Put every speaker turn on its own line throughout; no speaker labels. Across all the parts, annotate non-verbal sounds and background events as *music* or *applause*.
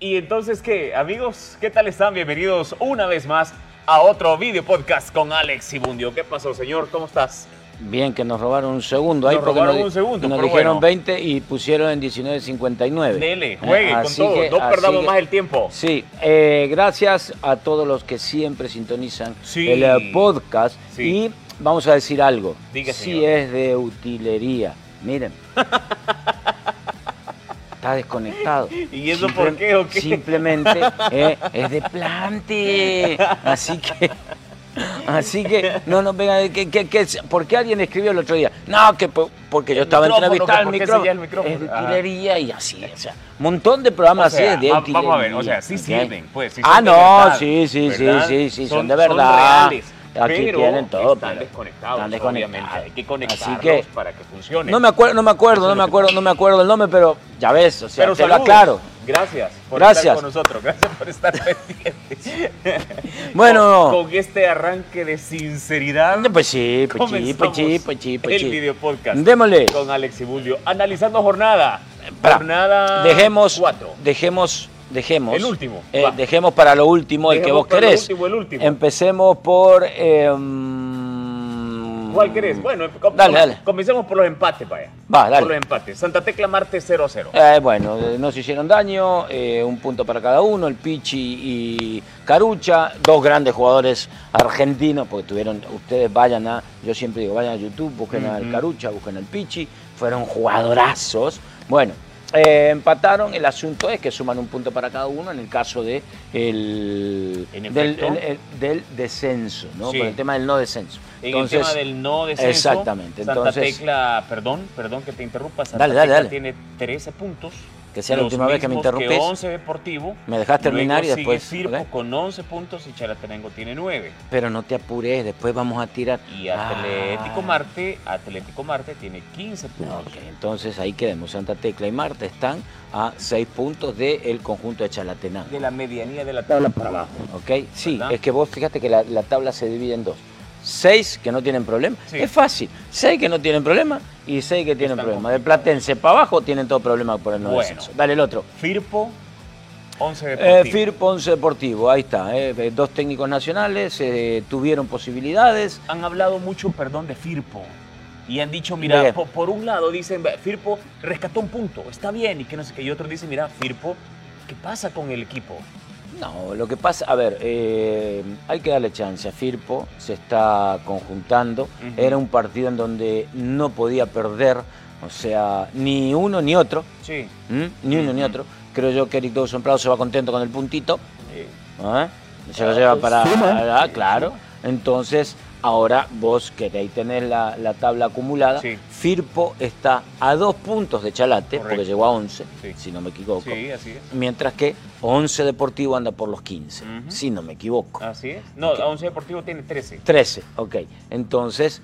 Y entonces, ¿qué? Amigos, ¿qué tal están? Bienvenidos una vez más a otro video podcast con Alex Ibundio. ¿Qué pasó, señor? ¿Cómo estás?
Bien, que nos robaron un segundo ahí.
Nos
porque
robaron
di-
un segundo,
Nos
pero
dijeron
bueno.
20 y pusieron en 19.59.
Dele, juegue
Eh,
con
así
todo.
que-
no
así
perdamos
que-
más el tiempo.
Sí, eh, gracias a todos los que siempre sintonizan
Sí.
el eh, podcast.
Sí.
Y vamos a decir algo.
Diga,
si
señor.
es de utilería.
*laughs*
Miren. Está desconectado.
¿Y eso por qué o qué? *laughs*
Simplemente eh, es de plante. Así que. Así que no nos vengan. Que, que- que- ¿Por qué alguien escribió el otro día? No, que po- porque yo
El
estaba
micrófono, que por
entrevistando al
qué
micrófono.
sellé el micrófono.
Es de
Ajá.
utilería y así. O sea, montón de programas
O sea,
así Ah, de
va-
utilería.
vamos a ver, o sea, sí
¿ok?
sirven, pues, sí
ah,
son de
no,
verdad,
sí, sí, sí,
¿verdad?
sí, sí, son,
Son-
de
son
verdad.
reales,
Aquí
pero
tienen todo.
están
pero
desconectados,
están desconectados.
obviamente, hay que
Así
conectarlos
que
para que funcione.
no me acuerdo, no me acuerdo,
Eso
no
es
me
lo que
acuerdo, no me acuerdo el nombre, pero ya ves, o sea,
Pero
te
saludos.
lo aclaro.
Gracias por estar
Gracias.
con nosotros. *laughs* Gracias por estar pendientes.
Bueno.
con, con este arranque de sinceridad.
Pues sí, pues sí,
*laughs*
pues
comenzamos
sí, pues sí, pues sí.
El video podcast.
Démosle.
Con Alex Ibulio. Analizando jornada.
Pará.
Jornada.
Dejemos,
Cuatro.
dejemos, dejemos.
El último,
eh,
va.
dejemos para lo último el que
Dejemos
vos
para lo
querés.
último, el último.
Empecemos por. eh, mm,
¿Cuál querés? Bueno, com-
Dale, dale.
comencemos por los empates, vaya.
Va, dale.
Por los empates. Santa Tecla martes 0-0.
Eh, bueno, eh, no se hicieron daño, eh, un punto para cada uno, el Pichi y Carucha, dos grandes jugadores argentinos, porque tuvieron, ustedes vayan a, yo siempre digo, vayan a YouTube, busquen al Carucha, busquen al Pichi, fueron jugadorazos. Bueno, eh, empataron, el asunto es que suman un punto para cada uno en el caso de el,
En
del,
efecto.
el- el- del descenso, ¿no?
Sí.
Por el tema del no descenso.
En el tema del no descenso,
Exactamente,
Santa
entonces-
Tecla, perdón, perdón que te interrumpa, Santa
Dale, dale,
Tecla
dale.
tiene 13 puntos.
Que sea la
los
última vez que me
mismos
interrumpís.
11 Deportivo.
Me dejás terminar
Luego
y después,
sigue Firpo
¿ok?
con 11 puntos y Chalatenango tiene 9.
Pero no te apures, después vamos a tirar.
Y Atlético
Ah.
Marte, Atlético Marte tiene 15
No,
puntos.
ok, entonces ahí quedemos. Santa Tecla y Marte están a seis puntos del conjunto de Chalatenango.
De la medianía de la tabla para abajo.
¿Ok? Sí,
¿Verdad?
es que vos fíjate que la, la tabla se divide en dos. Seis que no tienen problema.
Sí.
Es fácil. Seis que no tienen problema y seis que tienen
Están
problema. De Platense para abajo tienen todo problema por el no
Bueno.
descenso. Dale el otro.
Firpo, 11 Deportivo.
Eh, Fir Ponce Deportivo, ahí está. eh, eh, dos técnicos nacionales eh, tuvieron posibilidades.
han hablado mucho, perdón, de Firpo. Y han dicho, mira,
Bien.
po- por, un lado dicen, "Ve, Firpo rescató un punto, está bien, y que no sé qué. Y otros dicen, mira, Firpo, ¿qué pasa con el equipo?
No, lo que pasa, a ver, eh, hay que darle chance a Firpo, se está conjuntando, era un partido en donde no podía perder, o sea, ni uno ni otro,
Sí.
¿m? ni uno ni
Ujú.
otro. Creo yo que Eric Dawson Prado se va contento con el puntito, ¿eh? se lo lleva para, ah, claro. Entonces, ahora vos queréis tener la, la tabla acumulada.
Sí.
Firpo está a dos puntos de Chalate,
Correcto.
porque llegó a 11,
Sí.
si no me equivoco.
Sí, así es.
Mientras que 11 Deportivo anda por los 15,
Ujú. Ah.
si no me equivoco.
Así es. No,
Ok.
11 Deportivo tiene 13.
13, ok. Entonces,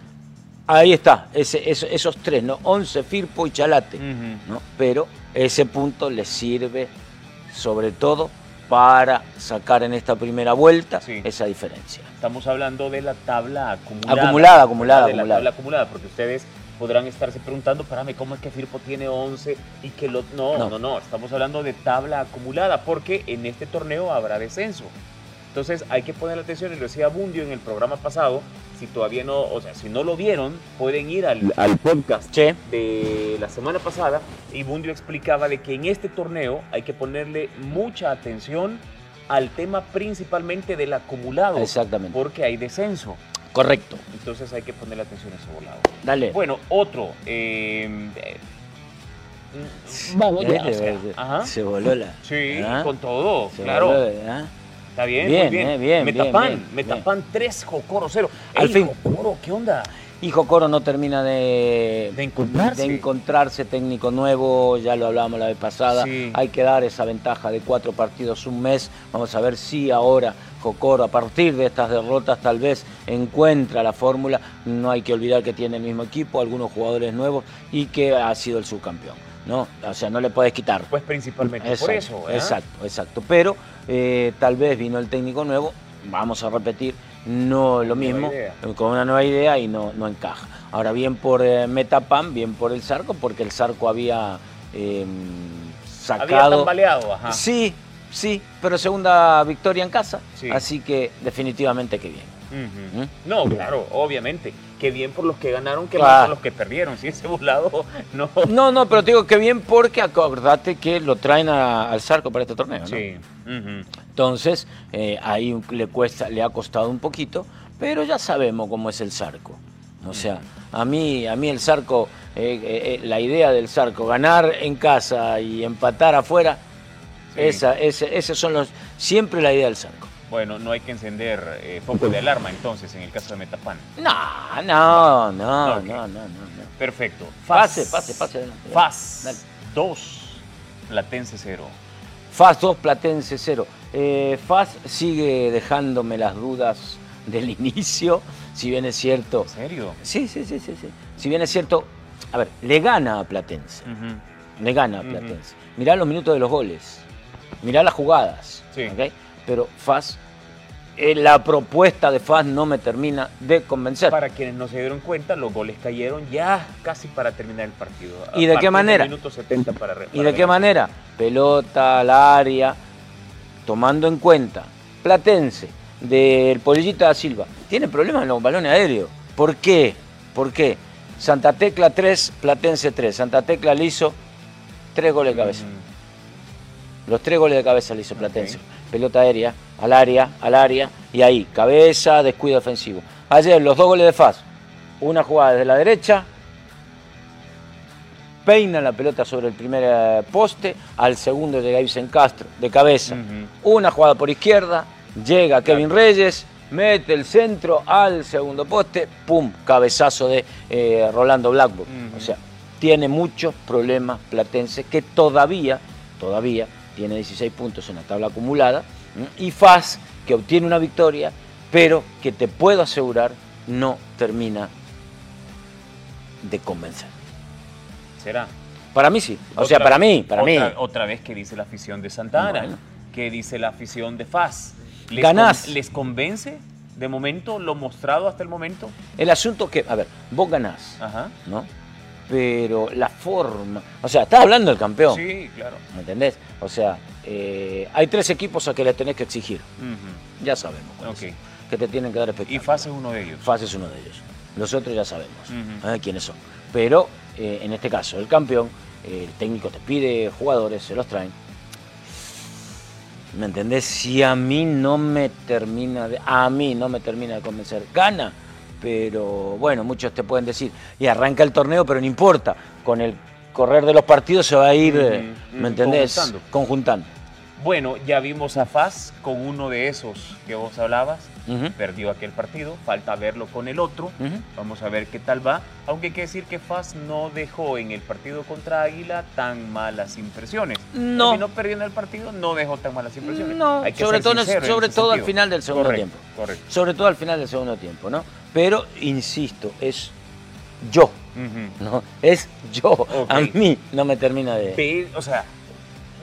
ahí está, ese- eso- esos tres, ¿no? 11 Firpo y Chalate,
Ujú.
¿no? Pero ese punto le sirve sobre todo para sacar en esta primera vuelta
Sí.
esa diferencia.
Estamos hablando de la tabla acumulada.
Acumulada, acumulada,
De la
acumulada.
tabla acumulada, porque ustedes podrán estarse preguntando, párame, ¿cómo es que Firpo tiene 11 y que lo... No, no,
No.
no, estamos hablando de tabla acumulada, porque en este torneo habrá descenso. Entonces hay que poner atención, y lo decía Bundio en el programa pasado, si todavía no, o sea, si no lo vieron, pueden ir al, al podcast
Che,
de la semana pasada y Bundio explicaba de que en este torneo hay que ponerle mucha atención al tema principalmente del acumulado.
Exactamente.
Porque hay descenso.
correcto,
Entonces hay que ponerle atención a ese volado.
dale.
Bueno, otro. eh, eh,
Vamos,
o sea, ajá.
Este Se voló la...
sí,
¿ah?
con todo,
Se
claro.
voló, ¿ah?
Está bien,
Bien,
muy bien.
eh, bien, bien,
Metapan,
bien,
Metapan 3, Jocoro 0.
Al fin.
Jocoro, ¿qué onda?
Hijo Coro no termina de,
De encontrarse.
de encontrarse, técnico nuevo, ya lo hablábamos la vez pasada.
Sí.
Hay que dar esa ventaja de cuatro partidos, un mes. Vamos a ver si ahora Jocoro, a partir de estas derrotas, tal vez encuentra la fórmula. No hay que olvidar que tiene el mismo equipo, algunos jugadores nuevos y que ha sido el subcampeón. ¿no? O sea, no le puedes quitar.
Pues principalmente por eso. ¿verdad?
Exacto, exacto. Pero eh, tal vez vino el técnico nuevo, vamos a repetir, no lo
Nueva
mismo,
idea.
con una nueva idea y no, no encaja. Ahora, bien por eh, Metapan, bien por el Zarco, porque el Zarco había eh,
Había
sacado.
tambaleado, ajá.
sí, sí, pero segunda victoria en casa.
Sí.
Así que definitivamente que bien.
Ujú.
¿Mm?
No, claro, obviamente. Qué bien por los que ganaron, que
Claro.
mal por los que perdieron. Si ese volado *laughs* no.
No, no, pero te digo que bien porque acordate que lo traen a- al Zarco para este torneo, ¿no?
Sí. ujú.
Entonces, eh, ahí le, cuesta, le ha costado un poquito, pero ya sabemos cómo es el Zarco. O sea, a mí, a mí el Zarco, eh, eh, eh, la idea del Zarco, ganar en casa y empatar afuera,
Sí.
esa, ese, esos son los, siempre la idea del Zarco.
Bueno, no hay que encender eh, foco de alarma entonces en el caso de Metapan.
No, no, no,
Ok.
no, no, no, no.
Perfecto. Faz-
Pase, pase, pase. adelante. Dale.
Faz 2, Platense 0.
FAS 2, Platense 0. Eh, FAS sigue dejándome las dudas del *laughs* inicio, si bien es cierto.
¿En serio?
Sí, sí, sí, sí, sí. Si bien es cierto, a ver, le gana a Platense.
Ujú.
Le gana a
Ujú.
Platense. Mirá los minutos de los goles. Mirá las jugadas.
Sí.
¿ok? Pero FAS, eh, la propuesta de FAS no me termina de convencer.
Para quienes no se dieron cuenta, los goles cayeron ya casi para terminar el partido. A
¿Y de qué
partir del
manera?
Minuto 70 para re-
¿Y
para
de qué
ver.
manera? Pelota al área, tomando en cuenta. Platense, del Polillita da Silva, tiene problemas en los balones aéreos. ¿Por qué? ¿Por qué? Santa Tecla 3, Platense 3. Santa Tecla le hizo tres goles de cabeza.
Mm,
Los tres goles de cabeza le hizo Platense.
Ok.
Pelota aérea, al área, al área, y ahí, cabeza, descuido ofensivo. Ayer, los dos goles de Faz. Una jugada desde la derecha, peina la pelota sobre el primer eh, poste, al segundo llega Ibsen Castro, de cabeza.
Ujú.
Una jugada por izquierda, llega Kevin Reyes, mete el centro al segundo poste, pum, cabezazo de eh, Rolando Blackburn.
Ujú.
O sea, tiene muchos problemas Platense que todavía, todavía tiene 16 puntos en la tabla acumulada ¿m? y Faz que obtiene una victoria, pero que te puedo asegurar no termina de convencer.
¿Será?
Para mí sí, o
Otra-
sea, para mí, para mí.
otra- Otra vez que dice la afición de Santana,
Bueno.
que dice la afición de Faz. ¿Les
Ganás.
con- ¿Les convence de momento lo mostrado hasta el momento?
El asunto que, a ver, vos ganás,
Ajá.
¿no? Pero la forma, o sea, estás hablando del campeón,
Sí, claro.
¿me entendés? O sea, eh, hay tres equipos a que le tenés que exigir,
Ujú.
ya sabemos, cuáles
Ok.
son, que te tienen que dar
Y
expectativas.
Faz es uno de ellos.
Fase es uno de ellos. Los otros ya sabemos
Ujú.
¿eh? quiénes son. Pero eh, en este caso, el campeón, eh, el técnico te pide jugadores, se los traen. ¿Me entendés? Si a mí no me termina de. A mí no me termina de convencer. Gana. Pero bueno, muchos te pueden decir. Y arranca el torneo, pero no importa. Con el correr de los partidos se va a ir. eh,
Ujú, ujú,
¿Me entendés?
conjuntando.
Conjuntando.
Bueno, ya vimos a Faz con uno de esos que vos hablabas.
Ujú,
Perdió aquel partido, falta verlo con el otro.
ujú.
Vamos a ver qué tal va. Aunque hay que decir que Faz no dejó en el partido contra Águila tan malas impresiones.
No.
Terminó perdiendo el partido, no dejó tan malas impresiones.
No,
Hay que
sobre
ser
todo en el-
sincero en
sobre
ese
todo al
sentido.
final del segundo
Correcto,
tiempo.
Correcto.
sobre todo al final del segundo tiempo, ¿no? Pero, insisto, es yo,
Ujú.
¿no? Es yo.
Ok.
A mí no me termina de...
Ve, o sea,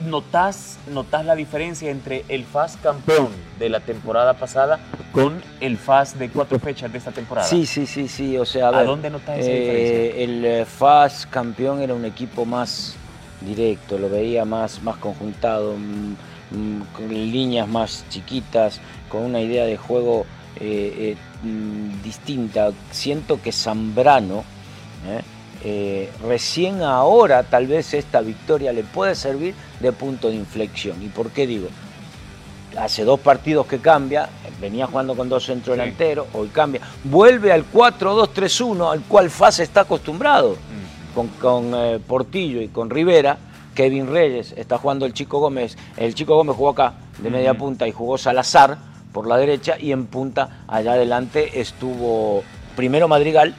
notas, notas la diferencia entre el Faz campeón de la temporada pasada con el Faz de cuatro fechas de esta temporada.
Sí, sí, sí, sí, o sea, a,
¿A
ver,
dónde notas esa
eh, El eh, FAS campeón era un equipo más directo, lo veía más, más conjuntado, mm, mm, con líneas más chiquitas, con una idea de juego eh, eh, mm, distinta. Siento que Zambrano... ¿eh? Eh, recién ahora tal vez esta victoria le puede servir de punto de inflexión. ¿Y por qué digo? Hace dos partidos que cambia, venía jugando con dos centrodelanteros, hoy cambia, vuelve al 4-2-3-1 al cual Faz está acostumbrado,
Ujú.
con, con, eh, Portillo y con Rivera. Kevin Reyes está jugando el Chico Gómez. El Chico Gómez jugó acá de media
Ujú.
punta y jugó Salazar por la derecha y en punta allá adelante estuvo primero Madrigal,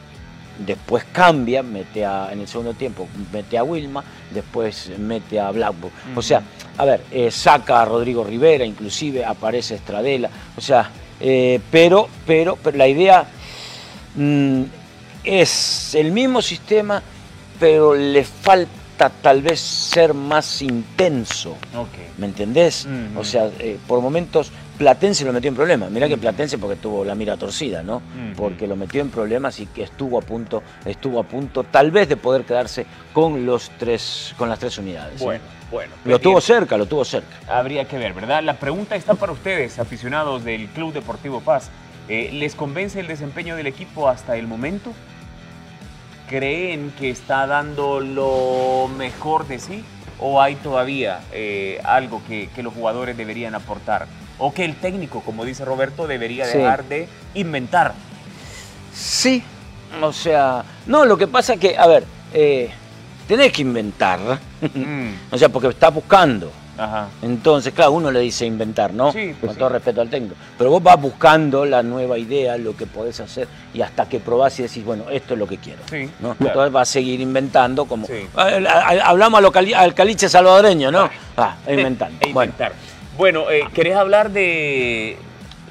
después cambia, mete a, en el segundo tiempo mete a Wilma, después mete a Blackburn.
Ujú.
O sea, a ver, eh, saca a Rodrigo Rivera, inclusive aparece Estradela. O sea, eh, pero, pero, pero la idea mm, es el mismo sistema, pero le falta tal vez ser más intenso.
Ok.
¿Me entendés?
Ujú.
O sea, eh, por momentos Platense lo metió en problemas. Mirá que Platense porque tuvo la mira torcida, ¿no? Porque lo metió en problemas y que estuvo a punto, estuvo a punto tal vez de poder quedarse con los tres, con las tres unidades. ¿sí?
Bueno, bueno.
Lo
pendiente.
tuvo cerca, lo tuvo cerca.
Habría que ver, ¿verdad? La pregunta está para ustedes, aficionados del Club Deportivo Paz. Eh, ¿Les convence el desempeño del equipo hasta el momento? ¿Creen que está dando lo mejor de sí? ¿O hay todavía eh, algo que, que los jugadores deberían aportar? ¿O que el técnico, como dice Roberto, debería
Sí.
dejar de
*laughs*
inventar?
Sí. O sea, no, lo que pasa que, a ver, eh, tenés que inventar. *laughs*
Mm,
o sea, porque está buscando.
Ajá.
Entonces, claro, uno le dice inventar, ¿no?
Sí, pues
Con
sí.
todo respeto al técnico. Pero vos vas buscando la nueva idea, lo que podés hacer, y hasta que probás y decís, bueno, esto es lo que quiero.
Sí,
¿no?
claro.
Entonces vas a seguir inventando como.
Sí.
Ah, ah, Hablamos a lo cali- al caliche salvadoreño, ¿no? Ah, inventando.
*laughs* E
Bueno,
inventar. Bueno, eh, ¿querés hablar de,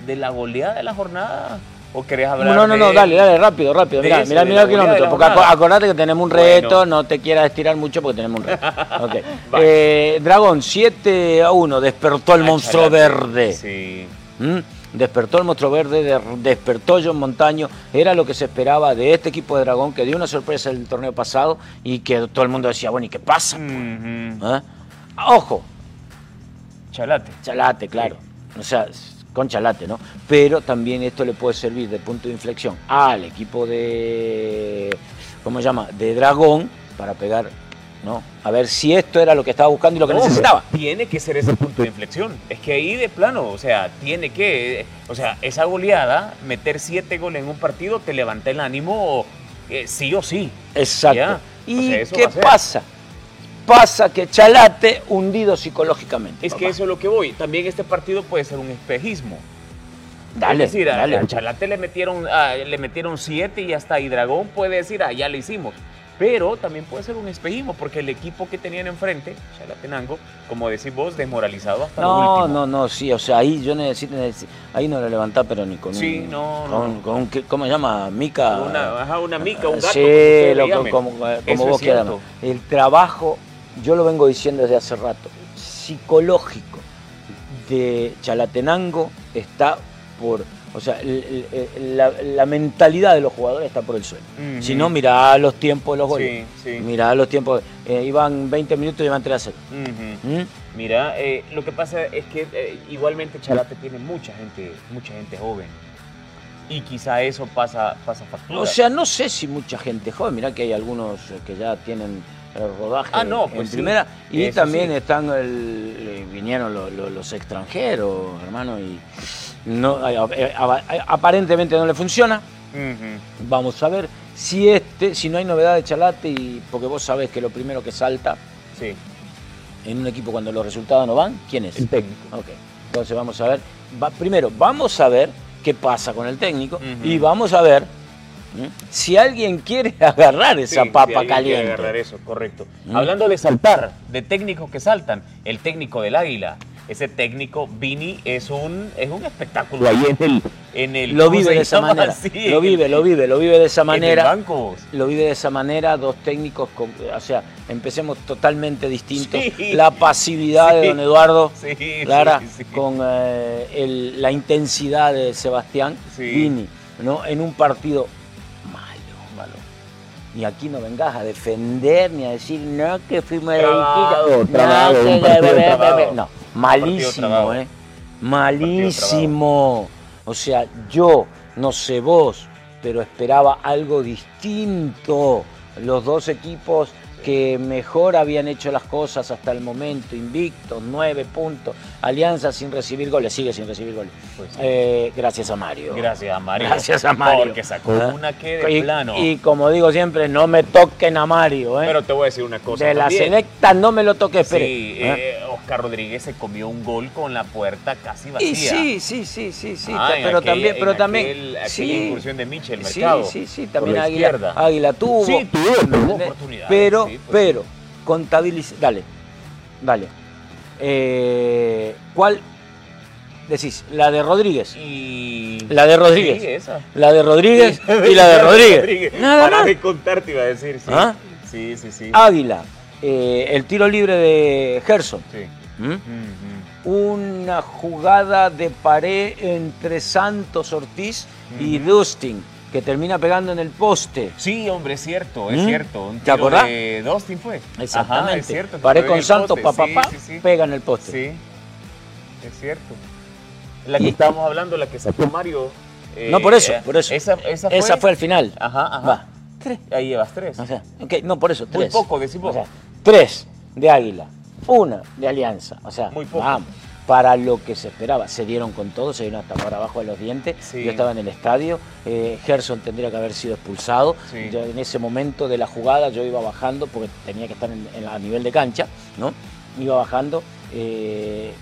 de la goleada de la jornada? ¿O querés hablar
no, no, no,
de-
dale, dale, rápido, rápido.
de
Mirá,
eso,
mirá,
de
mirá
la
el kilómetro.
goleada de la
Porque acu-
jornada.
acordate que tenemos un reto,
Bueno.
no te quieras estirar mucho porque tenemos
*laughs*
un reto. Ok.
Vale.
Eh, Dragón, 7 a 1, despertó el
Ah,
monstruo
chalate.
verde.
Sí.
¿Mm? Despertó el monstruo verde, der- despertó John Montaño, era lo que se esperaba de este equipo de Dragón que dio una sorpresa el torneo pasado y que todo el mundo decía, bueno, ¿y qué pasa?
Mhm.
¿Ah? Ojo,
Chalate.
Chalate, claro. O sea, s- con Chalate, ¿no? Pero también esto le puede servir de punto de inflexión al equipo de. ¿Cómo se llama? De Dragón para pegar, ¿no? A ver si esto era lo que estaba buscando y lo que
No,
necesitaba.
Tiene que ser ese punto de inflexión. Es que ahí de plano, o sea, tiene que. O sea, esa goleada, meter siete goles en un partido, te levanta el ánimo eh, sí o sí.
Exacto.
Ya. O
¿Y
sea, eso
qué
va a ser.
pasa? Pasa que Chalate hundido psicológicamente.
Es que
papá.
eso es lo que voy. También este partido puede ser un espejismo.
Dale,
es decir, a-
dale.
a Chalate le metieron, ah, le metieron siete y hasta Hidragón puede decir, ah, ya le hicimos. Pero también puede ser un espejismo, porque el equipo que tenían enfrente, Chalatenango, como decís vos, desmoralizado hasta lo
No,
último.
no, no, sí, o sea, ahí yo necesito, necesito- ahí no lo levantás, pero ni con
Sí,
un,
no, no,
con,
no.
con un que- ¿cómo se llama? Mica.
Una, ajá, una mica, un gato. como
Sí,
ustedes
lo-
le llamen.
como, como
Eso es
vos quieras.
cierto.
El trabajo, yo lo vengo diciendo desde hace rato, psicológico de Chalatenango está por, o sea, el- el- el- la, la mentalidad de los jugadores está por el suelo.
Ujú.
Si no, mirá los tiempos de los goles.
Sí, sí.
Mirá los tiempos, eh, iban 20 minutos y iban 3 a 0.
Ujú.
¿Mm?
Mira, eh, lo que pasa es que eh, igualmente Chalate tiene mucha gente, mucha gente joven. Y quizá eso pasa, pasa factura.
O sea, no sé si mucha gente joven, mirá que hay algunos eh, que ya tienen eh, rodaje
Ah, no,
en
pues sí.
primera. Y
Eso
también
sí.
están el- eh, vinieron lo- lo- los extranjeros, hermano, y no, eh, eh, ap- eh, aparentemente no le funciona.
Ujú.
Vamos a ver si este, si no hay novedad de Chalate, y, porque vos sabés que lo primero que salta
Sí.
en un equipo cuando los resultados no van, ¿quién es?
El técnico.
Ok, entonces vamos a ver. Va- primero, vamos a ver qué pasa con el técnico
Ujú.
y vamos a ver ¿m? si alguien quiere *laughs* agarrar esa
Sí, si
papa
alguien quiere
caliente.
agarrar eso, correcto.
Mm.
Hablando de saltar, de técnicos que saltan, el técnico del Águila, ese técnico Vini es un es un espectáculo ahí en el en el
Lo
¿cómo
vive
se
de esa
llama?
manera.
Sí,
Lo vive, lo vive, lo vive de esa
en el
manera.
banco.
Lo vive de esa manera, dos técnicos, con- o sea, empecemos totalmente distintos.
Sí.
La pasividad de
Sí.
don Eduardo
Sí, sí,
Clara,
sí.
con eh, el- la intensidad de Sebastián
Sí.
Vini, ¿no? En un partido malo, malo. Y aquí no vengas a defender ni a decir, no, que fuimos de
Trabado,
visita, no,
trabado,
que-
un partido
bla, bla, bla,
trabado.
bla". No, malísimo,
trabado.
¿eh? Malísimo. O sea, yo, no sé vos, pero esperaba algo distinto. Los dos equipos que mejor habían hecho las cosas hasta el momento, invictos, nueve puntos, Alianza sin recibir goles, sigue sin recibir goles.
Pues sí.
Eh, gracias a Mario.
Gracias a Mario.
Gracias a Mario.
Porque sacó
Ah.
una que de
y,
plano.
y eh, como digo siempre, no me toquen a Mario, ¿eh?
Pero te voy a decir una cosa.
de la
también.
selecta no me lo toques, espere.
Sí,
¿Eh?
eh, Oscar Rodríguez se comió un gol con la puerta casi vacía.
Y sí, sí, sí, sí, sí.
Ah, en
pero
aquella-
también,
en
pero también.
aquel- aquella
sí.
incursión de Michel
Sí,
Mercado.
sí, sí,
por
también
la
Águila,
izquierda.
Águila tuvo.
Sí, tuvo, tuvo
¿entendés?
oportunidades,
Pero,
sí, pues.
pero, contabiliza. Dale, dale. Eh, ¿Cuál decís? ¿La de Rodríguez?
Y...
La de Rodríguez.
Sí, esa.
La de Rodríguez
*laughs*
y la de Rodríguez. Nada
Para
más.
de contar te iba a decir, sí.
¿Ah?
Sí, sí, sí.
Águila, eh, el tiro libre de Gerson.
Sí. Mm-hmm.
¿Mm? Una jugada de pared entre Santos Ortiz y Dustin, que termina pegando en el poste.
Sí, hombre, es cierto, es
¿Mm?
cierto. Un
¿Te
tiro
acordás?
De Dustin fue.
Exactamente.
Ajá, es cierto. que
Paré
pegó en
con
el
Santos,
poste.
papá,
Sí, sí, sí.
pega en el poste.
Sí, es cierto. La
Y-
que estábamos hablando, la que sacó Mario. eh,
No, por eso, por eso.
Esa, esa fue.
Esa fue al final.
Ajá, ajá.
Va. Tres.
Ahí llevas tres.
O sea, ok, no, por eso, tres.
Muy poco, decís vos.
O sea, tres de Águila, una de Alianza. O sea,
Muy poco.
vamos, para lo que se esperaba. Se dieron con todo, se dieron hasta por abajo de los dientes.
Sí.
Yo estaba en el estadio, eh, Gerson tendría que haber sido expulsado.
Sí.
Yo en ese momento de la jugada yo iba bajando porque tenía que estar en- en- a nivel de cancha, ¿no? Iba bajando, eh,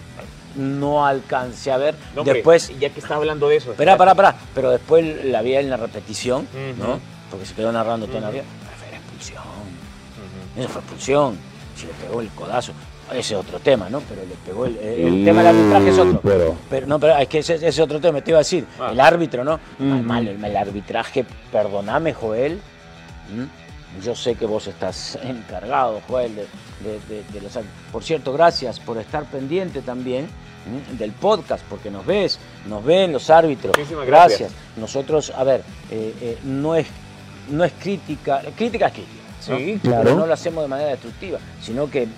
no alcancé a ver.
No, hombre,
Después
ya que estás hablando de eso.
Esperá, pará, pará. Pero después la vi en la repetición,
Ujú.
¿no? Porque se quedó narrando toda la
Ujú.
vida. Pero Era expulsión.
Ujú.
Eso fue expulsión. Si le pegó el codazo. Ese es otro tema, ¿no? Pero le pegó el, el tema del arbitraje es otro.
Pero,
Pero no, pero es que ese ese es otro tema, te iba a decir.
Ah.
El árbitro, ¿no? Mal,
Ujú.
mal, el, el arbitraje, perdoname, Joel. ¿Mm? Yo sé que vos estás *laughs* encargado, Joel, de, de- de- de los árbitros. Por cierto, gracias por estar pendiente también ¿m? del podcast, porque nos ves, nos ven los árbitros.
Muchísimas gracias.
Nosotros, a ver, eh, eh, no, es, no es crítica, crítica es crítica. ¿no?
Sí,
claro.
Pero no lo hacemos de manera destructiva, sino que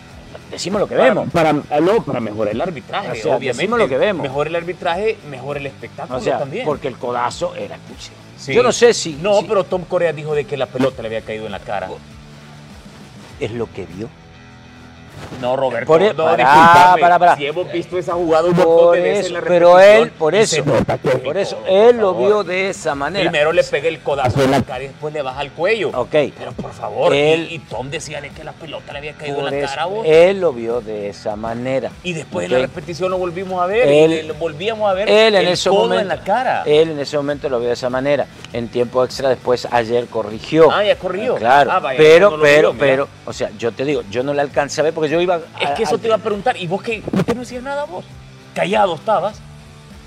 decimos lo que
para,
vemos.
para- ah, no, para mejorar el árbitro.
arbitraje,
O sea,
obviamente.
decimos lo que vemos.
Mejor el arbitraje, mejor el espectáculo
O sea,
Ah, también.
porque el codazo era expulsión.
Sí.
Yo no sé si,
No,
si
pero Tom Corea dijo de que la pelota le había caído en la cara.
es lo que vio.
No, Roberto,
Por e-
no,
pará,
disculpame.
pará, pará.
Si hemos visto esa jugada un
Por
montón de veces
eso,
en la
pero
repetición,
él, por
y
eso,
se nota que-
Por eso,
por
él lo
favor.
vio de esa manera.
Primero le pega el codazo en la cara y después le baja al cuello.
Ok.
Pero por favor,
Él-
y, y Tom decía de que la pelota le había caído en
Por
la cara a
eso,
vos.
él lo vio de esa manera.
y después en
Ok.
la repetición lo volvimos a ver.
Él-
y le volvíamos a ver
Él en
el
ese
codo
momento. eh,
en la cara.
Él en ese momento lo vio de esa manera. En tiempo extra después ayer corrigió.
Ah, ya corrigió.
Claro.
Ah, vaya,
pero,
no lo
pero,
vio, mira.
pero, o sea, yo te digo, yo no le alcancé a ver porque yo iba.
Es
a-
que eso
al-
te iba a preguntar. ¿Y vos qué? ¿Por qué no decías nada vos? Callado estabas.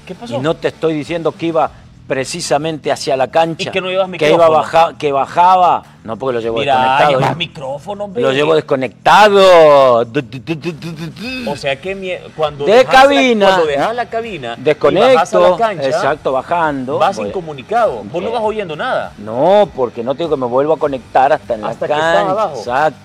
¿Qué pasó?
Y no te estoy diciendo que iba precisamente hacia la cancha.
Y que no llevas
Que iba
micrófono.
baja, que bajaba. No, porque lo llevo
Mira,
desconectado.
llevas
¿eh?
micrófono, hombre.
Lo llevo desconectado. Du- du- du- du- du- du-
O sea que mie- cuando
De
dejas la-
cabina.
cuando dejas la cabina, y bajas a
Desconecto.
la cancha,
exacto, bajando.
vas
Voy-
incomunicado. Vos no
Eh.
vas oyendo nada.
No, porque no tengo que me vuelvo a conectar hasta en
Hasta
la
que estás
cancha.
abajo.
Exacto.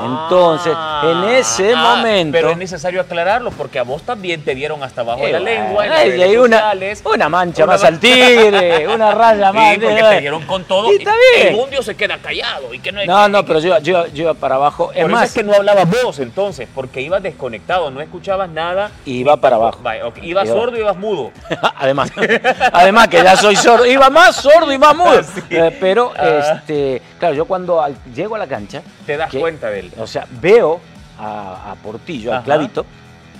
Entonces, en ese
Ah,
momento.
Pero es necesario aclararlo porque a vos también te vieron hasta abajo de la
Eh,
lengua. en las
ay, y
redes
hay una,
sociales.
una mancha
Una
más
man-
al tigre, una raya más.
Sí, porque te dieron con todo.
Y está
El
bien.
mundio se queda callado. Y que no, hay-
No, no, pero yo, iba- yo, iba- yo iba para abajo.
Por
Es
eso
más,
es que no hablabas vos entonces, porque ibas desconectado, no escuchabas nada.
iba para abajo.
*laughs* Vaya, ok, Ibas
Iba-
sordo y ibas mudo.
además, *laughs* además que ya soy sordo, iba más sordo y más
*laughs*
mudo.
Sí.
Eh, pero,
Ah.
este, claro, yo cuando al- llego a la cancha,
Te das
¿Qué?
cuenta de él.
o sea, veo a, a Portillo, al
Ajá.
clavito,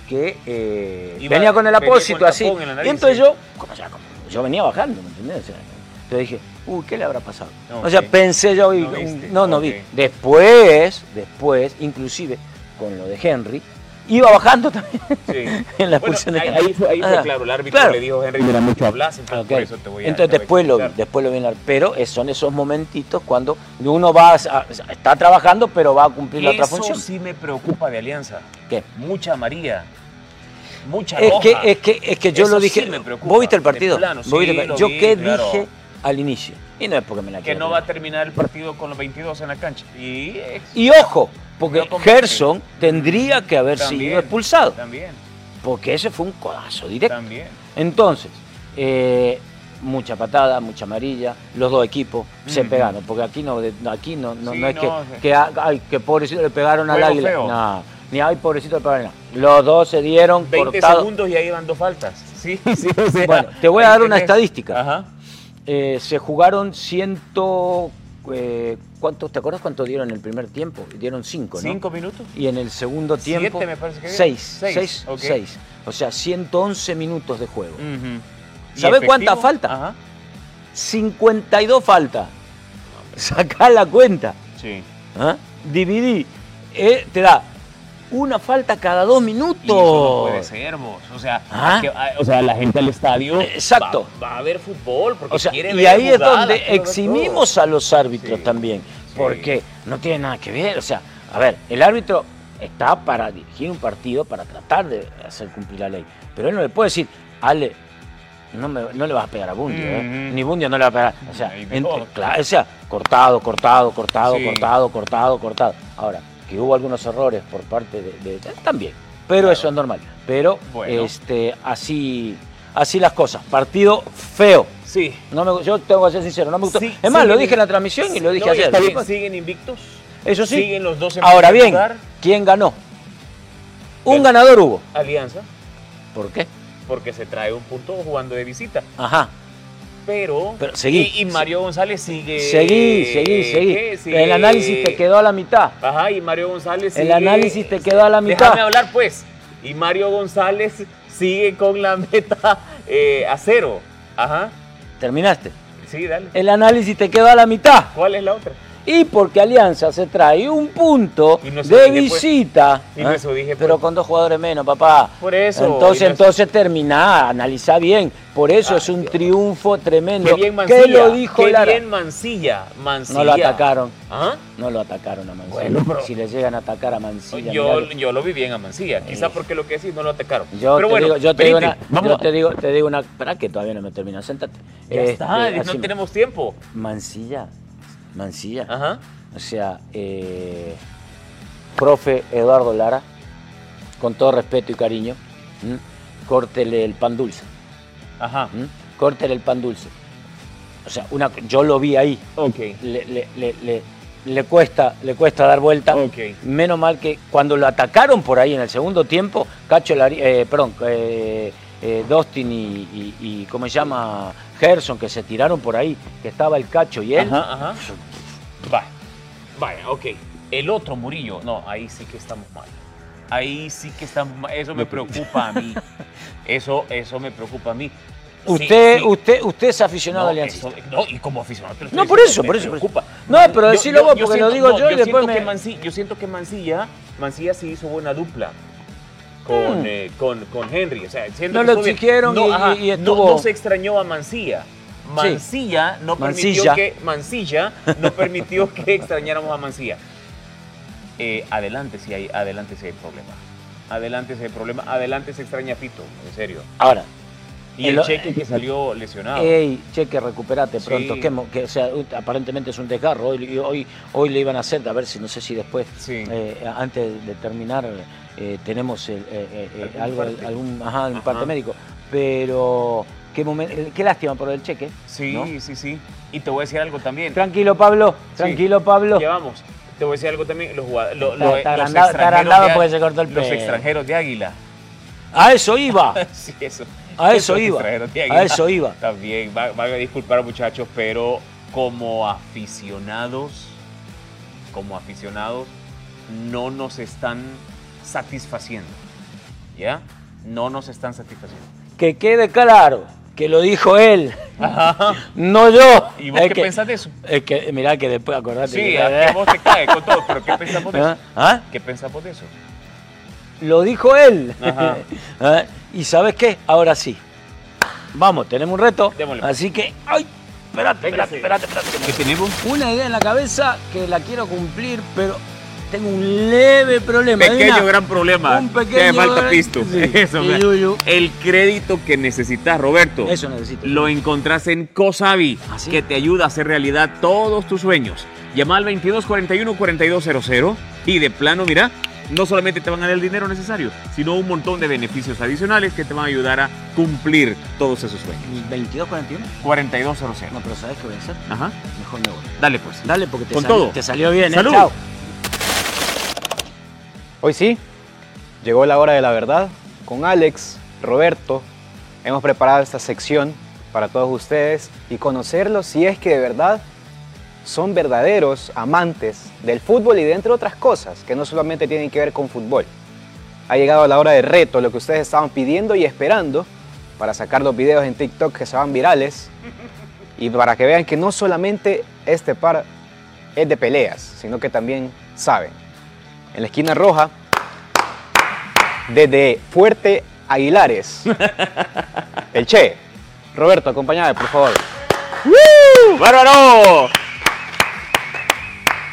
que eh,
Iba-
venía con el
venía con
apósito
el
así.
tapón en la nariz,
y entonces
sí.
yo, como, o sea, como yo venía bajando, ¿me entendés? O sea, entonces dije, uy, ¿qué le habrá pasado?
No,
O sea,
ok.
pensé yo, y-
No viste,
no, no
ok.
vi. Después, después, inclusive con lo de Henry, iba bajando *laughs* también.
Sí.
En la
Bueno,
expulsión de
ahí,
Henry.
ahí fue, ahí fue
Ah,
claro, el árbitro
claro.
le dijo Henry,
Mira,
no
mucho
hablas, entonces
Ok.
por eso te voy a
Entonces
te voy a
después lo, vi,
expulsar.
después lo vi en el- Pero eh, son esos momentitos cuando uno va a- a- está trabajando, pero va a cumplir la otra
Eso
función.
sí me preocupa de Alianza.
¿Qué?
Mucha amarilla. Mucha
Es
roja.
que, es que, es que yo
Eso
lo
sí
dije.
me preocupa,
¿Vos viste el
de
partido?
plano,
¿Vos viste
sí,
el par-
lo
yo
vi,
qué
claro.
dije al inicio. Y no es porque me la
Que
quiera
no va
pegar.
a terminar el partido con los 22 en la cancha. Y, es-
Y ojo, porque
No convence.
Gerson tendría que haber
También,
sido expulsado.
También,
Porque ese fue un codazo directo.
también.
Entonces, eh, mucha patada, mucha amarilla, los dos equipos se
Ujú.
pegaron, porque aquí no, de- aquí no, no,
Sí,
no es que,
no, sí.
que, a- ay, que pobrecito le pegaron al
Juego
águila.
feo.
No, ni ay, pobrecito le pegaron. no. Los dos se dieron
20
cortados.
segundos y ahí van dos faltas.
*laughs*
Sí, sí, o sea,
Bueno, te voy a
ahí
dar una
tenés.
estadística.
Ajá.
Eh, se jugaron ciento. eh, ¿cuántos, ¿Te acuerdas cuánto dieron en el primer tiempo? Dieron cinco, ¿no?
¿Cinco minutos?
Y en el segundo
Siete,
tiempo.
me parece que dieron.
seis,
Seis,
seis,
ok. Mm.
seis. O sea, 111 minutos de juego.
Ujú. ¿Y
¿Sabés
efectivo?
cuántas faltas?
Ajá.
52 falta. Sacá la cuenta.
Sí.
¿ah? Dividí. eh, te da una falta cada dos minutos.
Y eso no puede ser, vos. O sea,
Ah.
es que, ah, o sea, la gente al estadio
Exacto.
va, va a ver fútbol porque
O sea,
quiere
y
ver
ahí es
jugadas,
donde
quiere ver
eximimos a los árbitros
Sí,
también,
sí.
porque no tiene nada que ver, o sea, a ver, el árbitro está para dirigir un partido, para tratar de hacer cumplir la ley. Pero él no le puede decir, Ale, no, me- no le vas a pegar a Bundio, ¿eh?
Ujú.
ni Bundio no le va a pegar. O sea,
Ahí
en-
no.
claro, o sea, cortado, cortado, cortado,
Sí.
cortado, cortado, cortado. Ahora, que hubo algunos errores por parte de... de- de- también, pero eso es normal. Pero
Bueno.
este, así, así las cosas. Partido feo.
Sí.
No me, yo tengo que ser sincero, no me gustó.
Sí,
es más,
siguen
lo dije
in-
en la transmisión y lo dije
No,
ayer.
está bien, siguen invictos.
Eso sí.
Siguen los dos en
Ahora
primer
bien,
lugar.
¿quién ganó? Un
El-
ganador hubo.
Alianza,
¿Por qué?
porque se trae un punto jugando de visita.
Ajá.
Pero, eh,
Pero seguí.
Y, y Mario González sigue.
Seguí, seguí, seguí.
Eh, ¿qué? Sigue-
El análisis te quedó a la mitad.
Ajá, y Mario González
El
sigue-
análisis te quedó a la mitad.
Déjame hablar, pues. Y Mario González sigue con la *laughs* meta eh, a cero. Ajá.
Terminaste.
Sí, dale.
El análisis te quedó a la mitad.
¿Cuál es la otra?
Y porque Alianza se trae un punto
Y no se
de
dije, pues.
visita. ¿eh?
Y no se dije,
ah, Pero
pues.
con dos jugadores menos, papá.
Por eso,
Entonces,
y no se-
entonces terminá, analizá bien. Por eso
Ay,
es un
Dios.
triunfo tremendo.
Qué bien Mancilla.
¿Qué lo dijo
Qué
Lara?
bien Mancilla. Mancilla.
No lo atacaron.
Ajá.
No lo atacaron a Mancilla.
Bueno, pero-
Si le llegan a atacar a Mancilla.
Yo,
mirá lo-
yo lo vi bien a Mancilla, quizá
Eh.
porque lo que decís no lo atacaron.
Yo
Pero
te
bueno,
digo, yo te digo
Benítez,
una,
vamos.
yo te digo, te digo una, espera que todavía no me termina, sentate.
Ya está,
Este,
no
así-
tenemos Ah. tiempo.
Mancilla, Mancilla,
Ajá.
o sea, eh, profe Eduardo Lara, con todo respeto y cariño, ¿m? córtele el pan dulce,
Ajá.
¿m? córtele el pan dulce. O sea, una, yo lo vi ahí,
Ok.
le, le- le- le- le cuesta, le cuesta dar vuelta.
Ok.
Menos mal que cuando lo atacaron por ahí en el segundo tiempo, Cacho Lari- eh, perdón, eh, eh, Dustin y, y- y, ¿cómo se llama? Gerson, que se tiraron por ahí, que estaba el Cacho y él.
Ajá, ajá. Vaya. Vaya, ok. El otro Murillo. No, ahí sí que estamos mal. Ahí sí que estamos mal. Eso me preocupa a *laughs* mí. Eso, eso me preocupa a mí. Sí,
Usted,
sí.
usted, usted es aficionado
No,
a Alianza.
eso- no, y como aficionado. te lo estoy
No, por
diciendo,
eso,
me
por eso, por eso.
preocupa.
No, pero decilo vos, porque lo digo yo y después
siento que
me-
Manci- yo siento que Mancilla, Mancilla sí hizo buena dupla con,
Mm.
eh, con, con Henry. O sea, siento
No
que
lo
estuvo bien.
exigieron y- y- y
no-
estuvo-
No, se extrañó a Mancilla. Mancilla no permitió
Mancilla.
que Mancilla no permitió
*laughs*
que extrañáramos a Mancilla. Eh, adelante si hay, adelante si hay problema. Adelante si hay problema. Adelante se extraña a Pito, en serio.
Ahora,
Y
El
el,
o- eh,
cheque que salió lesionado.
ey, cheque, recuperate
Ah. Sí.
pronto. que mo- que, o sea, u- aparentemente es un desgarro. Hoy, hoy, hoy le iban a hacer, a ver si no sé si después,
Sí.
eh, antes de terminar, eh, tenemos el- eh, eh, eh,
¿Algún
algo,
parte?
algún, ajá, algún
Ajá.
parte médico. Pero qué, momen- eh, qué lástima por el cheque.
Sí,
¿no?
sí, sí. Y te voy a decir algo también.
Tranquilo, Pablo. Tranquilo, Pablo.
Llevamos. Te voy a decir algo también. Los jugadores.
Está- está agrandado- está agrandado porque se cortó el
Los
pelo.
extranjeros de Águila. *laughs*
A eso iba.
Sí, eso.
A eso
Los
iba.
extranjeros de
A
Águila.
eso iba.
También, va- van a disculpar muchachos, pero como aficionados, como aficionados, no nos están satisfaciendo. ¿Ya? No nos están satisfaciendo.
Que quede claro que lo dijo él, no yo.
*laughs* ¿Y vos
Es
qué
que-
pensás de
*laughs*
eso?
Es que, mirá que después acordate.
Sí,
que- *laughs*
a, que vos te caes con todo, pero ¿qué pensamos de
¿Ah?
eso?
¿Ah?
¿Qué pensamos de eso?
Lo dijo él. *laughs*
Ajá.
¿Ah? ¿Y sabes qué? Ahora sí. Vamos, tenemos un reto.
Démosle.
Así que. ¡Ay! Espérate, espérate,
Véngase.
espérate,
¿Qué
espérate.
tenemos?
Una idea en la cabeza que la quiero cumplir, pero tengo un leve problema. Adivina.
Pequeño gran problema.
Un
Te
pequeño
hace falta
gran-
pisto.
Sí.
*laughs* Eso,
Y
me-
yuyu.
El crédito que necesitas, Roberto.
Eso necesito.
Lo encontrás en Cosabi,
¿Ah, sí?
que te ayuda a hacer realidad todos tus sueños. Llama al 2241-4200 y de plano, mira, no solamente te van a dar el dinero necesario, sino un montón de beneficios adicionales que te van a ayudar a cumplir todos esos sueños.
22.41.
4200.
No, pero ¿sabes qué voy a hacer?
Ajá.
Mejor me voy.
Dale pues.
Dale, porque te,
Con
salió-
todo.
te salió bien. ¿eh?
Salud.
Chao.
Hoy sí, llegó la hora de la verdad. Con Alex, Roberto, hemos preparado esta sección para todos ustedes y conocerlos si es que de verdad son verdaderos amantes del fútbol y de entre otras cosas que no solamente tienen que ver con fútbol. Ha llegado la hora del reto, lo que ustedes estaban pidiendo y esperando para sacar los videos en TikTok que se van virales *laughs* y para que vean que no solamente este par es de peleas, sino que también saben. En la esquina roja, desde Fuerte Aguilares, el Che. Roberto, acompáñame, por favor.
¡Bárbaro!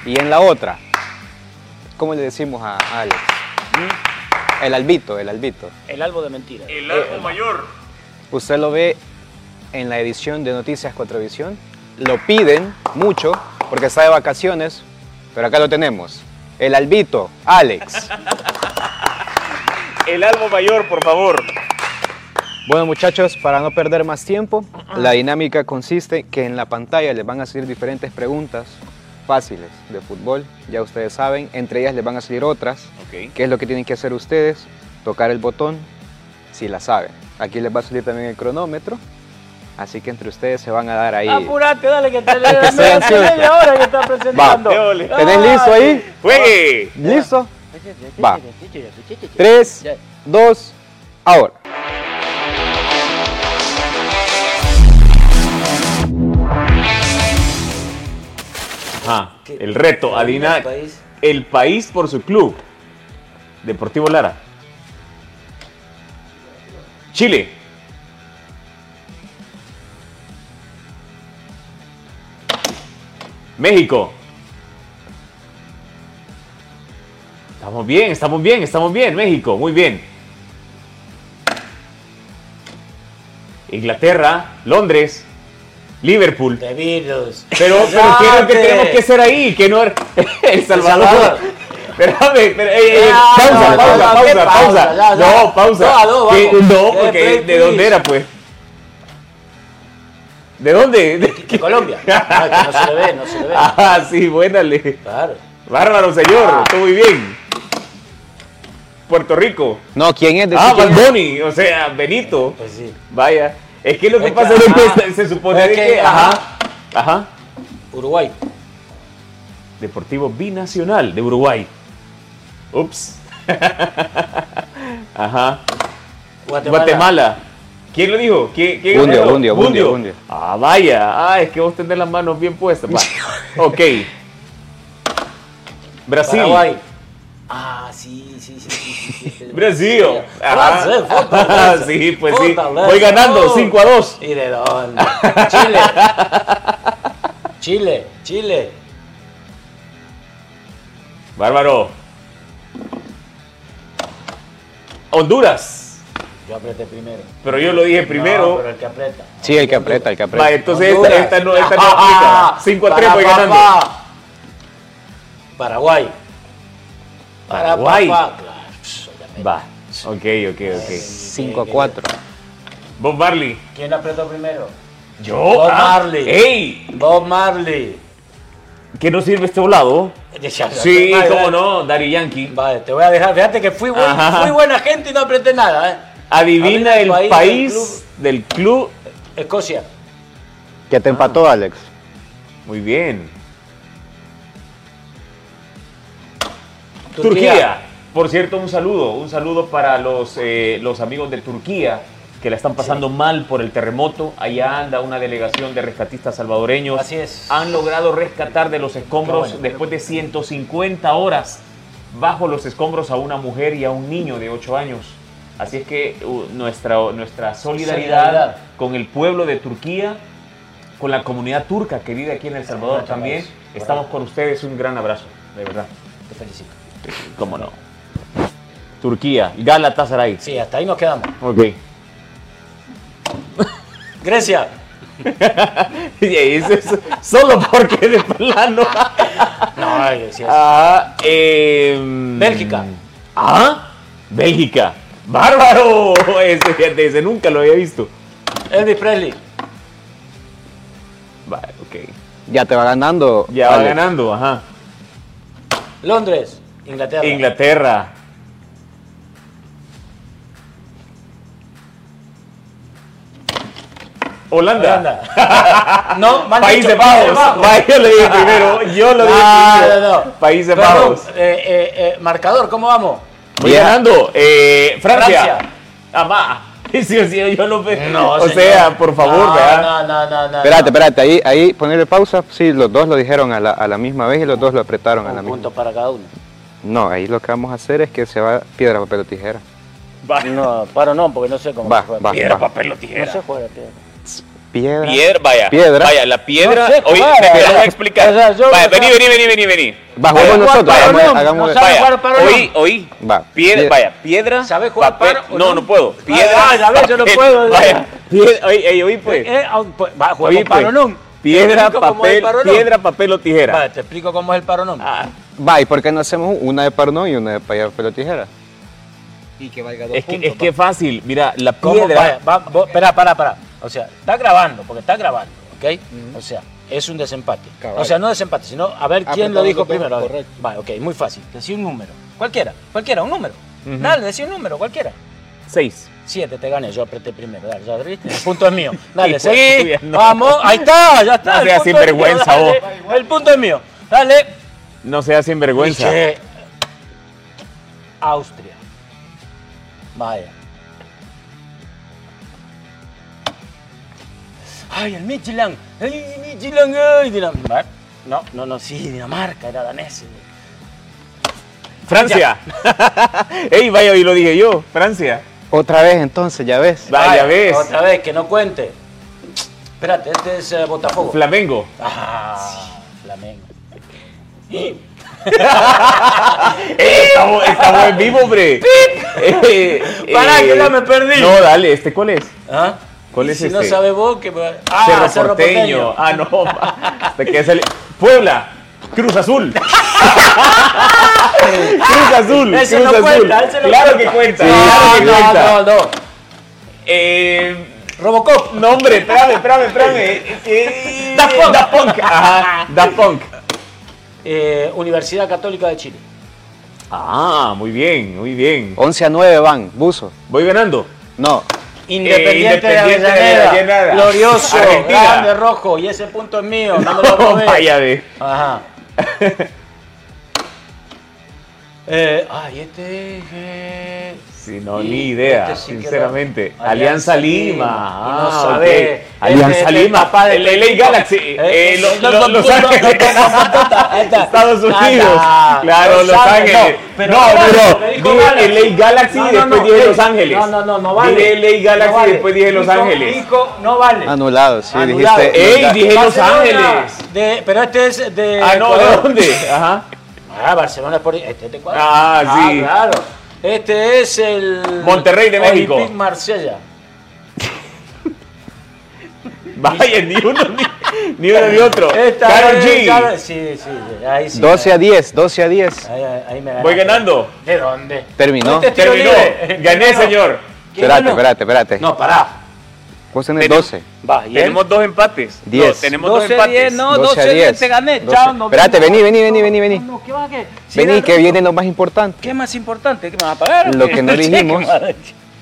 Y en la otra, ¿Cómo le decimos a Alex? El albito, el albito.
El albo de mentiras.
El
Eh,
arco mayor.
Usted lo ve en la edición de Noticias Cuatrovisión. Lo piden mucho porque está de vacaciones, pero acá lo tenemos. El albito, Alex.
El albo mayor, por favor.
Bueno muchachos, para no perder más tiempo, la dinámica consiste que en la pantalla les van a salir diferentes preguntas fáciles de fútbol, ya ustedes saben, entre ellas les van a salir otras.
Ok.
¿Qué es lo que tienen que hacer ustedes? Tocar el botón si la saben. Aquí les va a salir también el cronómetro, así que entre ustedes se van a dar ahí.
Apurate, dale, que te le
Estoy
media-
ansioso.
media hora que está presentando.
de ole.
¿Tenés listo ahí?
¡Juegue!
¿Listo? Va. Tres, dos, ahora.
Ajá. Ah. El reto, adivina el país. por su club. Deportivo Lara. Chile. México. Estamos bien, estamos bien, estamos bien, México, muy bien. Inglaterra, Londres, Liverpool. *laughs*
De virus.
Pero,
*laughs*
pero quiero que tenemos que ser ahí, que no era- *laughs* El Salvador.
Salvador.
Espérame, espera, ey, ey,
Ya,
pausa,
Ah, no,
pausa,
no,
pausa, pausa,
¿qué pausa? Ya, ya.
No, pausa.
No, no,
Que-
vamos.
no,
Ya,
porque
play,
¿de
please.
dónde era, pues? ¿De dónde? *laughs* De-
De Colombia. Ah, que no se le ve, no se le ve.
Ah, sí, buénale.
Claro.
Bárbaro, señor,
Ah.
estuvo muy bien. Puerto Rico.
No, ¿quién es? Decí
Ah,
quién es.
Balboni, o sea, Benito.
Pues sí.
Vaya. Es que lo que
Es que,
pasa es
ajá.
que se supone
Es
de
que,
que. Ajá.
ajá.
Ajá.
Uruguay.
Deportivo Binacional de Uruguay. Ups. *laughs* Ajá.
Guatemala.
Guatemala. ¿Quién lo dijo? ¿Quién, quién
Bundio,
ganó?
Bundio, Bundio, Bundio.
Ah, vaya. Ah, es que vos tenés las manos bien puestas.
*laughs*
Va. ok. Brasil.
Paraguay. Ah, sí, sí, sí. sí, sí, sí, sí. Ah,
Brasil. Ajá.
Brasil, fútbol.
*laughs* sí, pues sí.
Fútbol, let's
Voy ganando
go.
5 a 2.
Oh. ¿Y de dónde? Chile. Chile, Chile.
Bárbaro. Honduras.
Yo apreté primero.
Pero yo lo dije primero.
No, pero el que aprieta.
Sí, el que aprieta, el que
Va,
aprieta.
entonces esta,
Honduras. Ah,
esta no, esta no aplica. 5 a 3 voy
Para
ganando.
papá. Paraguay. Para
Paraguay.
papá, claro, pss, obviamente.
Va. Ok, ok, ok.
5 a 4.
Bob Marley.
¿Quién apretó primero?
Yo. ah.
Bob Marley.
¡Ey!
Bob Marley.
¿Qué nos sirve este volado? Sí, cómo no, Dari Yankee.
Vale, te voy a dejar. Fíjate que fui, buen-
Ajá.
fui buena gente y no apreté nada. ¿eh?
Adivina
Adivina
el país, del, club.
Escocia.
Que te empató, Alex.
Muy bien. Turquía. Por cierto, un saludo. Un saludo para los, eh, los amigos de Turquía que la están pasando mal por el terremoto. Allá anda una delegación de rescatistas salvadoreños.
Así es.
Han logrado rescatar de los escombros
Qué bueno.
después de 150 horas bajo los escombros a una mujer y a un niño de 8 años. Así es que u- nuestra, nuestra solidaridad,
Solidaridad.
con el pueblo de Turquía, con la comunidad turca que vive aquí en El Salvador
Correcto,
también.
Carlos. Correcto.
Estamos con ustedes. Un gran abrazo, de verdad.
Te felicito.
¿Cómo no? Turquía, Galatasaray.
Sí, hasta ahí nos quedamos.
Ok.
Grecia.
*laughs* Y eso es solo porque de plano.
No, ay, Grecia.
Ah, em,
Bélgica.
Ah, Bélgica. ¡Bárbaro! *laughs* Ese, fíjate, ese nunca lo había visto.
Elvis Presley.
Va, ok.
Ya te va ganando.
Ya va
Alex.
ganando, ajá.
Londres. Inglaterra.
Inglaterra. Holanda.
Holanda. *laughs* no, mal
Países
dicho,
Bajos. Vaya, *laughs* Yo lo dije primero. Yo lo dije
No,
primero.
no, no.
Países
Ah, Perdón,
Bajos.
eh, eh, eh, marcador, ¿cómo vamos?
Voy
Yeah.
ganando. Eh, Francia.
Francia.
Amá. *laughs* Sí, sí, yo lo veo. o
señor.
sea, pues, por favor,
no,
¿verdad?
No, no, no, no.
Espérate,
no.
espérate, ahí, ahí ponerle pausa. Sí, los dos lo dijeron a la, a la misma vez y los dos lo apretaron a la
Un punto
misma.
para cada uno.
No, ahí lo que vamos a hacer es que se va piedra, papel o tijera.
Va.
No, paro no, porque no sé cómo
Va,
se juega.
va.
Piedra, papel o
No
tijera.
se juega, tío.
Piedra.
Piedra, vaya.
Piedra.
Vaya, la piedra.
No sé,
oye,
vaya.
me querés explicar.
O sea, yo-
vaya, vení, vení, vení, vení, vení.
Va, juguemos
Jugar
nosotros.
paro,
Hagamos,
no,
hagamos-
no sabe-
Vaya,
jugar paro,
oí, oí.
Va.
Piedra,
Pie-
vaya, piedra.
¿Sabés jugar
papel-
paro o
No,
no?
no puedo.
Ah,
Piedra.
ya ves, yo no
papel,
puedo, ya.
Vaya. Piedra, oí, oí, oí, pues.
Eh, ah, pues, va,
Oí,
juguemos
pues.
paronón.
Piedra,
Te explico cómo es el
papel,
paronón.
piedra, papel o tijera.
Va, te explico cómo es el paronón.
Ah,
Va, ¿y por qué no hacemos una de parno y una de payar pelo tijera?
Y que valga dos
es que
puntos,
es que
va.
fácil. Mira, la
¿Cómo? Vaya,
piedra.
va, vos- espera, para, para. O sea, está grabando, porque está grabando, ¿ok? O sea, es un desempate.
Cabal.
O sea, no desempate, sino a
Ah,
ver quién
Apretando
lo dijo
los
primero.
dedos,
A ver. Va, ok, muy fácil. Decí un número. Cualquiera, cualquiera, un número. Dale, decí un número, cualquiera.
Seis.
Siete, te gané, yo apreté primero. Dale, ya viste. El punto es mío.
*laughs*
Dale,
Hijo
seguí.
de tuya, no.
Vamos, ahí está, ya está.
No
el
seas
punto es mío,
sinvergüenza,
dale. El punto es mío. Dale.
No seas sinvergüenza.
Dice, Austria. Vaya. Ay, el Michelin. Ay, Michelin, ay, Dinamarca. No, no, no, sí, Dinamarca, era danés.
Francia. *laughs* Ey, vaya, hoy lo dije yo. Francia.
Otra vez entonces, ya ves.
Va. Vaya, Ah, ves.
Otra vez, que no cuente. Espérate, este es eh, Botafogo.
Flamengo.
ah, Flamengo.
¡Eh! Estamos, estamos en vivo,
*laughs*
hombre. Eh, eh,
Pará, que ya me perdí.
No, dale, ¿este cuál es?
¿Ah?
¿Cuál
Y
es
si no
este?
sabes vos, que... Ah,
Cerro, Porteño. Ah,
*laughs*
no. va. Te quedas el... Puebla. Cruz
*laughs*
Azul. Cruz Azul.
Ese
Cruz
no
Azul.
cuenta, ese no
claro que
cuenta.
cuenta. claro
Ah,
que
no,
cuenta.
no, no.
Eh,
Robocop.
no, hombre, espérame, espérame, espérame. Eh,
Daft Punk.
Daft Punk. Ajá, Daft Punk.
Eh, Universidad Católica de Chile.
Ah, muy bien, muy bien.
11 a 9 van, buzo.
Voy ganando.
No.
Independiente, de
Independiente de
Avellaneda,
Avellaneda.
glorioso,
Argentina.
grande, rojo, y ese punto es mío, no, me lo robé.
vaya de.
Ajá. *laughs* Eh, ay, este... eh,
Sí, no,
y
ni idea,
este sí quedó.
sinceramente. Alianza Lima.
Y no
Ah,
sabe. Este,
ok. Alianza Lima. El LA Galaxy. Eh, lo- lo- Los Ángeles. Estados Unidos. Claro, Los Ángeles. No, pero dije LA Galaxy y después dije Los Ángeles.
No, no, no, no vale.
Dije LA
No
Galaxy y
vale.
después dije Los
Nico,
Ángeles.
Nico, no vale.
Anulado, sí,
Anulado.
dijiste.
este, ¡Ey, dije Los
Barcelona,
Ángeles!
de- pero este es de.
Ah, no, ¿de
Ecuador.
dónde? Ajá.
Ah, Barcelona por. Este es de Ecuador.
Ah, sí.
claro. Este es el.
Monterrey de México.
Olympique Marsella.
Vaya, ni uno ni, ni uno ni otro.
Esta
Karol
es- Karol-
G.
Sí, sí, sí. Ahí sí.
12 a 10, 12 a 10.
Ahí, ahí- ahí me ganaste.
Voy ganando.
¿De dónde?
Terminó.
Este es tiro
Terminó.
libre.
Gané,
Ganó.
señor.
¿Quién
Espérate,
ganó?
espérate, espérate.
No, pará.
Vos tenés
Tenemos-
12.
Va, ¿y él?
Tenemos dos empates. No,
Diez.
tenemos dos empates.
no,
12 a 10.
te gané.
12.
Chao, nos
Espérate,
vemos.
vení, vení, vení, vení, vení.
No, no, ¿qué va, qué? Si
Vení,
era-
que viene lo más importante.
¿Qué es más importante? ¿Qué me vas a pagar? o
Lo
qué? *laughs*
que no
Sí,
dijimos.
¿qué más?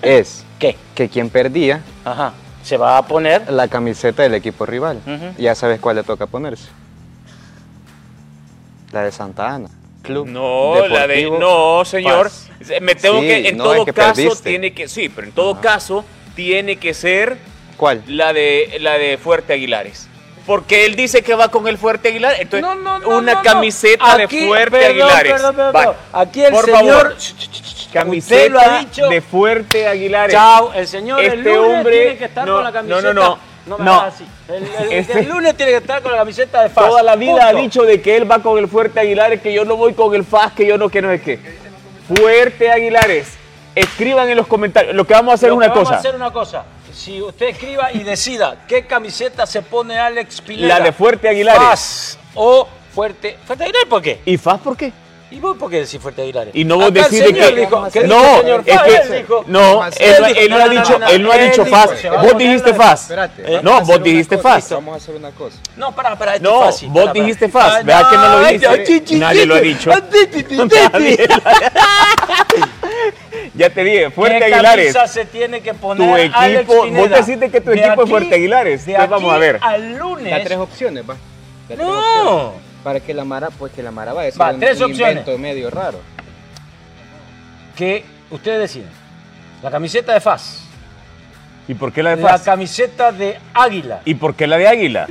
Es
¿Qué?
que quien perdía
Ajá. Se va a poner.
la camiseta del equipo rival.
Ujú.
Ya sabes cuál le toca ponerse. La de Santa Ana. Club.
No, la de
Deportivo
no, señor.
Paz.
Me tengo
Sí,
que en
no, es
todo
que
caso
perdiste.
tiene que sí, pero en todo caso tiene que ser
¿Cuál?
la de la de Fuerte Aguilares. Porque él dice que va con el Fuerte Aguilar, entonces
No, no, no,
Este, una
no, no.
camiseta
Aquí-
de Fuerte
perdón,
Aguilares.
perdón, perdón,
Va,
perdón. Aquí el
por
señor.
favor,
Usted lo ha
camiseta
dicho.
de Fuerte Aguilares.
Chao, el señor el
Este
lunes
hombre-
tiene que estar
no,
con la
no,
camiseta.
no, no.
me
No.
hagas así. El, el-
Este-
el lunes tiene que estar con la camiseta de Faz.
Toda la vida ha
Punto.
dicho de que él va con el Fuerte Aguilares, que yo no voy con el FAS, que yo no, que no es que. Fuerte Aguilares. Escriban en los comentarios. Lo que vamos a hacer
Lo
es una
que vamos
cosa.
a hacer una cosa. Si usted escriba y decida qué camiseta se pone Alex Pineda.
La de Fuerte Aguilares.
Faz o Fuerte. ¿Fuerte Aguilar por qué?
¿Y FAS por qué?
¿Y vos por qué decís Fuerte Aguilar?
Y no vos
Acá el
decís de
señor
que.
dijo- ¿qué
no,
dijo el señor
es
Faz?
que.
Él dijo-
no, él,
Él dijo-
él no,
no,
ha
no,
dicho,
no, no,
él no ha
él
dicho
dijo,
FAS.
se va a
Vos
poner
dijiste
la-
FAS.
Espérate,
Eh,
No, vos dijiste FAS.
Vamos a hacer una cosa.
No, para, para. esto
No,
es fácil,
vos
para, para.
dijiste Faz,
Ah,
vea que no lo
ay,
dice.
ay, chi, chi,
Nadie
chi,
lo ha
chi.
*laughs* dicho.
Ah, ti, ti, ti, ti, ti.
*laughs* Ya te dije, Fuerte
¿Qué
Aguilares.
camisa se tiene que poner
Tu
Alex
equipo-
Pineda?
vos deciste que tu
De
equipo es
aquí-
Fuerte Aguilares.
de
Entonces vamos
aquí
a ver.
al lunes.
Da tres opciones, va. Da tres opciones.
no.
Para que la Mara, pues que la Mara va a decir
Va,
un,
tres
un
opciones.
invento medio raro.
Que ustedes deciden. La camiseta de Faz.
¿Y por qué la de
La
FAS?
camiseta de Águila.
¿Y por qué la de Águila?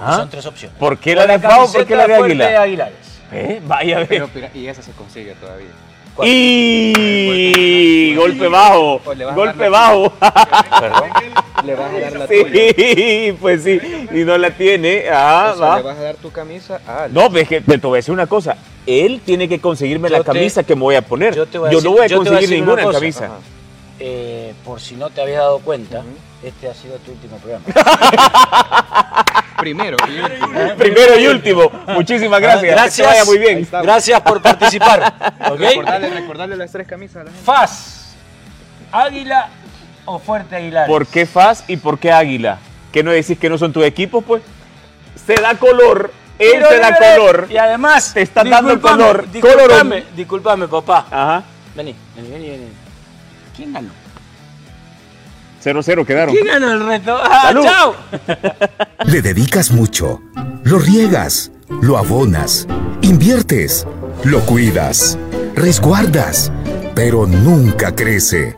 ¿Ah?
Son tres opciones.
¿Por qué la
O
de Faz o por qué la de Águila?
camiseta Fuerte Aguilares.
¿Eh? Vaya a
Pero, mira, y esa se consigue todavía.
Y golpe
golpe bajo.
bajo,
Pues
O le vas a
golpe
dar la
bajo.
Le vas a dar la tuya.
*laughs* Sí, pues sí, y no la tiene. Ah,
O sea,
va.
le vas a dar tu camisa a Alex.
No, pero es que te, te voy a decir una cosa. Él tiene que conseguirme
Yo
la
te-
camisa que me voy a poner. Yo,
yo te voy a
no
decir-
voy a
yo te voy a
conseguir
decir una
ninguna
cosa.
camisa.
Ajá.
Eh, por si no te habías dado cuenta, este ha sido tu último
*laughs*
programa.
Primero. y último.
*laughs* Primero y último. Muchísimas gracias. Que te vaya muy
Ahí
bien.
está.
Gracias por participar. *laughs* ¿Ok?
Recordarle, recordarle las tres camisas a la gente.
Faz, Águila o Fuerte Aguilar.
¿Por qué FAS y por qué Águila? ¿Qué no decís que no son tus equipos, pues? Se da color. Él
Pero
se da
liberé.
color.
Y además,
Te están dando
discúlpame,
color.
Disculpame,
Colorón.
disculpame, papá.
Ajá.
Vení, vení, vení, vení. ¿Quién ganó?
0-0 quedaron.
¿Quién ganó el reto? Ah,
Salud.
¡Chao!
Le dedicas mucho, lo riegas, lo abonas, inviertes, lo cuidas, resguardas, pero nunca crece.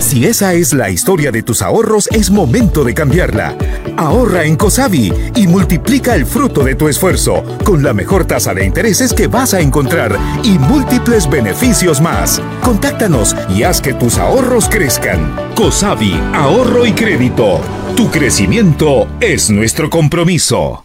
Si esa es la historia de tus ahorros, es momento de cambiarla. Ahorra en Cosabi y multiplica el fruto de tu esfuerzo con la mejor tasa de intereses que vas a encontrar y múltiples beneficios más. Contáctanos y haz que tus ahorros crezcan. Cosabi, ahorro y crédito. Tu crecimiento es nuestro compromiso.